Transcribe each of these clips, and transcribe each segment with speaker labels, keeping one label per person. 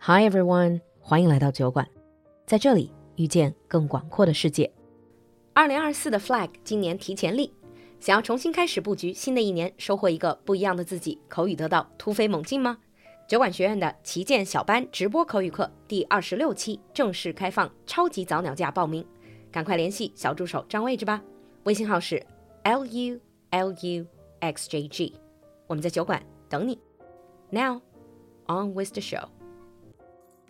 Speaker 1: Hi everyone，欢迎来到酒馆，在这里遇见更广阔的世界。二零二四的 flag 今年提前立，想要重新开始布局新的一年，收获一个不一样的自己，口语得到突飞猛进吗？酒馆学院的旗舰小班直播口语课第二十六期正式开放，超级早鸟价报名，赶快联系小助手占位置吧，微信号是 l u l u x j g，我们在酒馆等你。Now on with the show.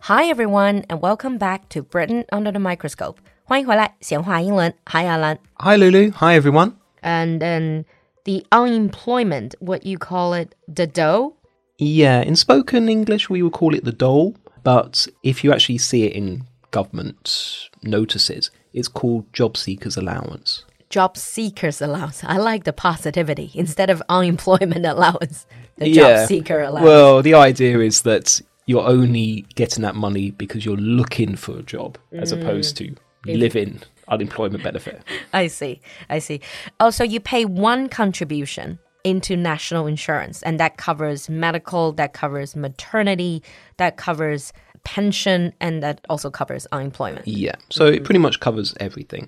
Speaker 1: Hi everyone and welcome back to Britain under the microscope. 欢迎回来，闲话英文，嗨阿兰。
Speaker 2: Hi, Lulu. Hi, everyone.
Speaker 1: And then the unemployment, what you call it, the dough.
Speaker 2: Yeah, in spoken English, we would call it the dole, but if you actually see it in government notices, it's called job seekers allowance.
Speaker 1: job seekers allowance. I like the positivity instead of unemployment allowance, the job seeker allowance.
Speaker 2: Well, the idea is that you're only getting that money because you're looking for a job as
Speaker 1: Mm.
Speaker 2: opposed to living unemployment benefit.
Speaker 1: I see. I see. Oh, so you pay one contribution into national insurance, and that covers medical, that covers maternity, that covers pension, and that also covers unemployment.
Speaker 2: Yeah, so it pretty much covers everything.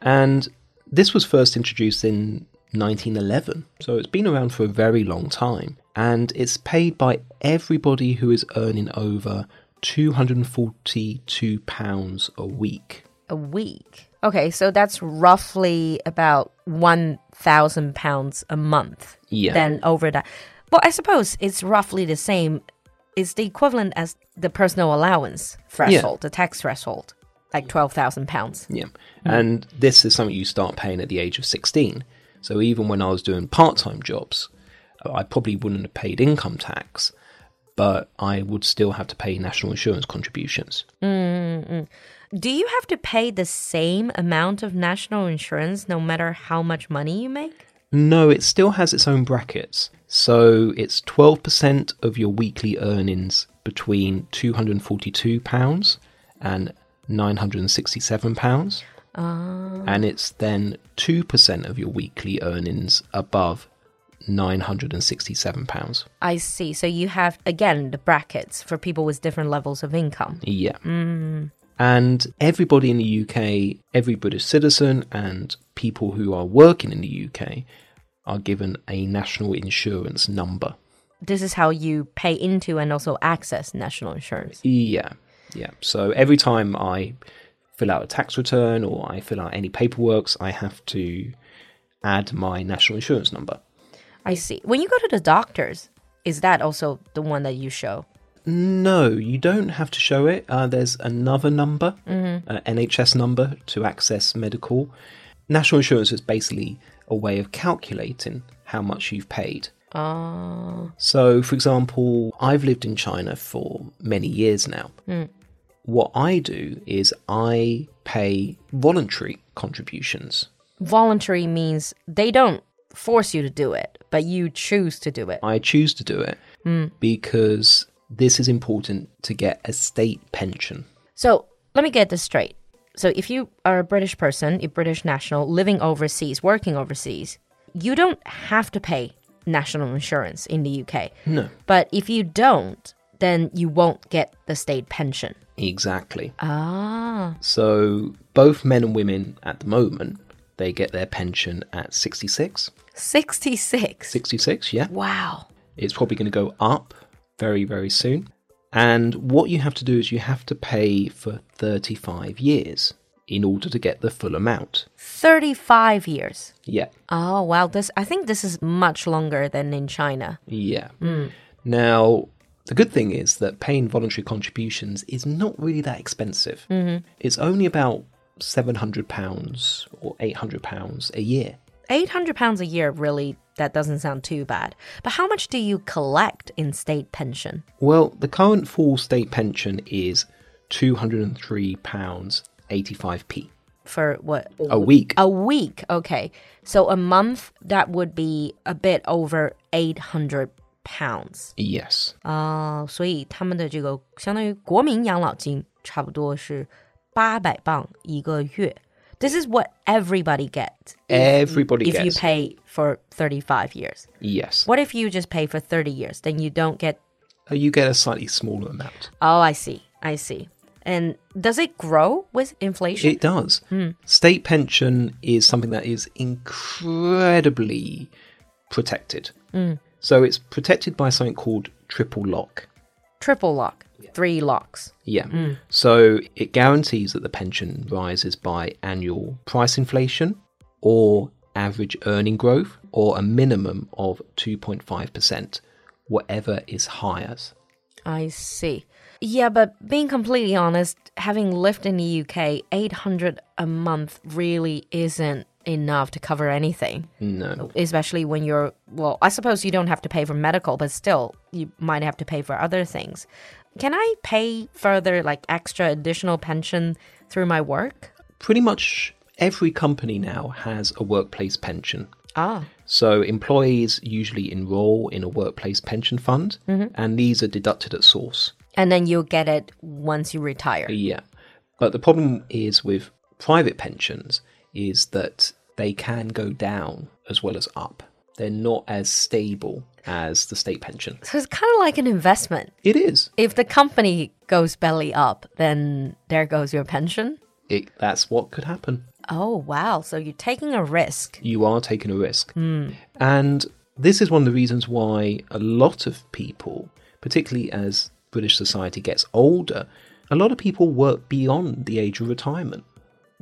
Speaker 2: And this was first introduced in 1911, so it's been around for a very long time. And it's paid by everybody who is earning over £242 a week.
Speaker 1: A week. Okay, so that's roughly about 1,000 pounds a month.
Speaker 2: Yeah.
Speaker 1: Then over that. But I suppose it's roughly the same. It's the equivalent as the personal allowance threshold, the tax threshold, like 12,000 pounds.
Speaker 2: Yeah. Mm. And this is something you start paying at the age of 16. So even when I was doing part time jobs, I probably wouldn't have paid income tax, but I would still have to pay national insurance contributions.
Speaker 1: Do you have to pay the same amount of national insurance no matter how much money you make?
Speaker 2: No, it still has its own brackets. So it's 12% of your weekly earnings between £242 and £967.
Speaker 1: Uh,
Speaker 2: And it's then 2% of your weekly earnings above £967.
Speaker 1: I see. So you have, again, the brackets for people with different levels of income.
Speaker 2: Yeah. And everybody in the UK, every British citizen, and people who are working in the UK are given a national insurance number.
Speaker 1: This is how you pay into and also access national insurance.
Speaker 2: Yeah, yeah. So every time I fill out a tax return or I fill out any paperwork, I have to add my national insurance number.
Speaker 1: I see. When you go to the doctors, is that also the one that you show?
Speaker 2: No, you don't have to show it. Uh, there's another number, uh, NHS number, to access medical. National insurance is basically a way of calculating how much you've paid.
Speaker 1: Oh,
Speaker 2: So, for example, I've lived in China for many years now. What I do is I pay voluntary contributions.
Speaker 1: voluntary means they don't force you to do it, but you choose to do it.
Speaker 2: I choose to do it because this is important to get a state pension.
Speaker 1: So let me get this straight. So if you are a British person, a British national living overseas, working overseas, you don't have to pay national insurance in the UK.
Speaker 2: No.
Speaker 1: But if you don't, then you won't get the state pension.
Speaker 2: Exactly.
Speaker 1: Ah,
Speaker 2: So, both men and women at the moment, they get their pension at 66.
Speaker 1: 66.
Speaker 2: 66, yeah.
Speaker 1: Wow.
Speaker 2: It's probably going to go up very, very soon. And what you have to do is you have to pay for 35 years in order to get the full amount.
Speaker 1: 35 years.
Speaker 2: Yeah,
Speaker 1: Oh, wow. This I think this is much longer than in China.
Speaker 2: yeah.
Speaker 1: Hmm.
Speaker 2: Now, the good thing is that paying voluntary contributions is not really that expensive.
Speaker 1: Mm-hmm.
Speaker 2: It's only about £700 or £800 a year.
Speaker 1: 800 pounds a year really that doesn't sound too bad. But how much do you collect in state pension?
Speaker 2: Well, the current full state pension is £203.85p
Speaker 1: for what
Speaker 2: a week.
Speaker 1: a week okay so a month that would be a bit over 800 pounds
Speaker 2: Yes.
Speaker 1: 啊、所以他们的这个相当于国民养老金差不多是八百磅一个月 this is what everybody gets
Speaker 2: Everybody
Speaker 1: if
Speaker 2: gets.
Speaker 1: you pay for 35 years
Speaker 2: Yes.
Speaker 1: what if you just pay for 30 years then you don't get
Speaker 2: Uh, You get a slightly smaller amount.
Speaker 1: Oh, I see. I see. And does it grow with inflation?
Speaker 2: It does. State pension is something that is incredibly protected. So it's protected by something called triple lock.
Speaker 1: Triple lock, three locks.
Speaker 2: Yeah. So it guarantees that the pension rises by annual price inflation or average earning growth or a minimum of 2.5%, whatever is higher.
Speaker 1: I see. Yeah, but being completely honest, having lived in the UK, 800 a month really isn't enough to cover anything. Oh.
Speaker 2: No.
Speaker 1: Especially when you're, well, I suppose you don't have to pay for medical, but still, you might have to pay for other things. Can I pay further, like extra additional pension through my work?
Speaker 2: Pretty much every company now has a workplace pension.
Speaker 1: Ah,
Speaker 2: So employees usually enroll in a workplace pension fund and these are deducted at source.
Speaker 1: and then you'll get it once you retire.
Speaker 2: Yeah. But the problem is with private pensions is that they can go down as well as up. They're not as stable as the state pension.
Speaker 1: So it's kind of like an investment.
Speaker 2: It is.
Speaker 1: If the company goes belly up, then there goes your pension.
Speaker 2: It, that's what could happen.
Speaker 1: Oh, wow. So you're taking a risk.
Speaker 2: You are taking a risk. And this is one of the reasons why a lot of people, particularly as British society gets older, a lot of people work beyond the age of retirement.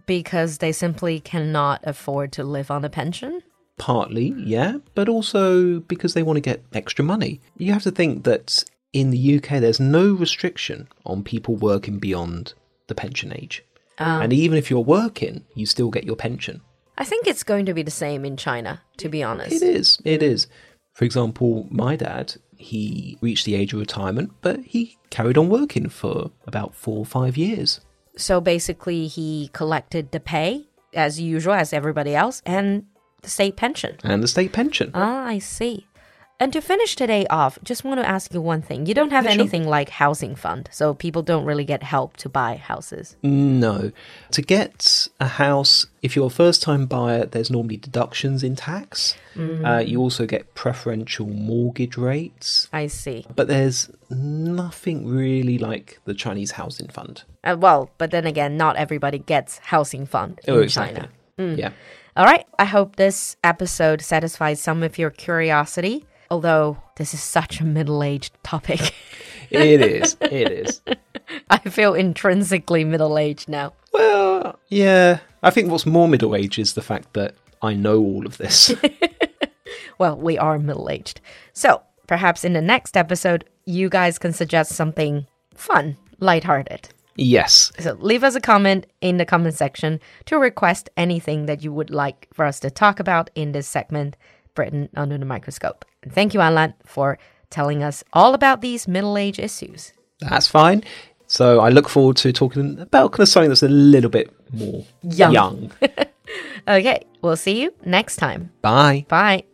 Speaker 1: because they simply cannot afford to live on a pension.
Speaker 2: Partly, yeah, but also because they want to get extra money. You have to think that in the UK, there's no restriction on people working beyond the pension age. And even if you're working, you still get your pension.
Speaker 1: I think it's going to be the same in China, to be
Speaker 2: It
Speaker 1: honest.
Speaker 2: is, it is. For example, my dad, he reached the age of retirement, but he carried on working for about four or five years.
Speaker 1: So basically, he collected the pay as usual, as everybody else, and the state pension.
Speaker 2: And the state pension.
Speaker 1: Ah, I see. And to finish today off, just want to ask you one thing. You don't have
Speaker 2: Yeah, sure.
Speaker 1: anything like housing fund, so people don't really get help to buy houses.
Speaker 2: No. To get a house, if you're a first time buyer, there's normally deductions in tax.
Speaker 1: Mm-hmm.
Speaker 2: Uh, you also get preferential mortgage rates.
Speaker 1: I see.
Speaker 2: But there's nothing really like the Chinese housing fund.
Speaker 1: Uh, well, but then again, not everybody gets housing fund in China.
Speaker 2: Oh,
Speaker 1: Mm.
Speaker 2: Yeah.
Speaker 1: All right. I hope this episode satisfies some of your curiosity, although this is such a middle aged topic.
Speaker 2: It is. It is.
Speaker 1: I feel intrinsically middle aged now.
Speaker 2: Well, yeah. I think what's more middle age is the fact that I know all of this.
Speaker 1: Well, we are middle aged. So perhaps in the next episode, you guys can suggest something fun, lighthearted.
Speaker 2: yes.
Speaker 1: So leave us a comment in the comment section to request anything that you would like for us to talk about in this segment, Britain Under the Microscope. And thank you, Alan, for telling us all about these middle age issues.
Speaker 2: That's fine. So I look forward to talking about kind of something that's a little bit more
Speaker 1: Young.
Speaker 2: young.
Speaker 1: Okay, we'll see you next time.
Speaker 2: Bye.
Speaker 1: Bye.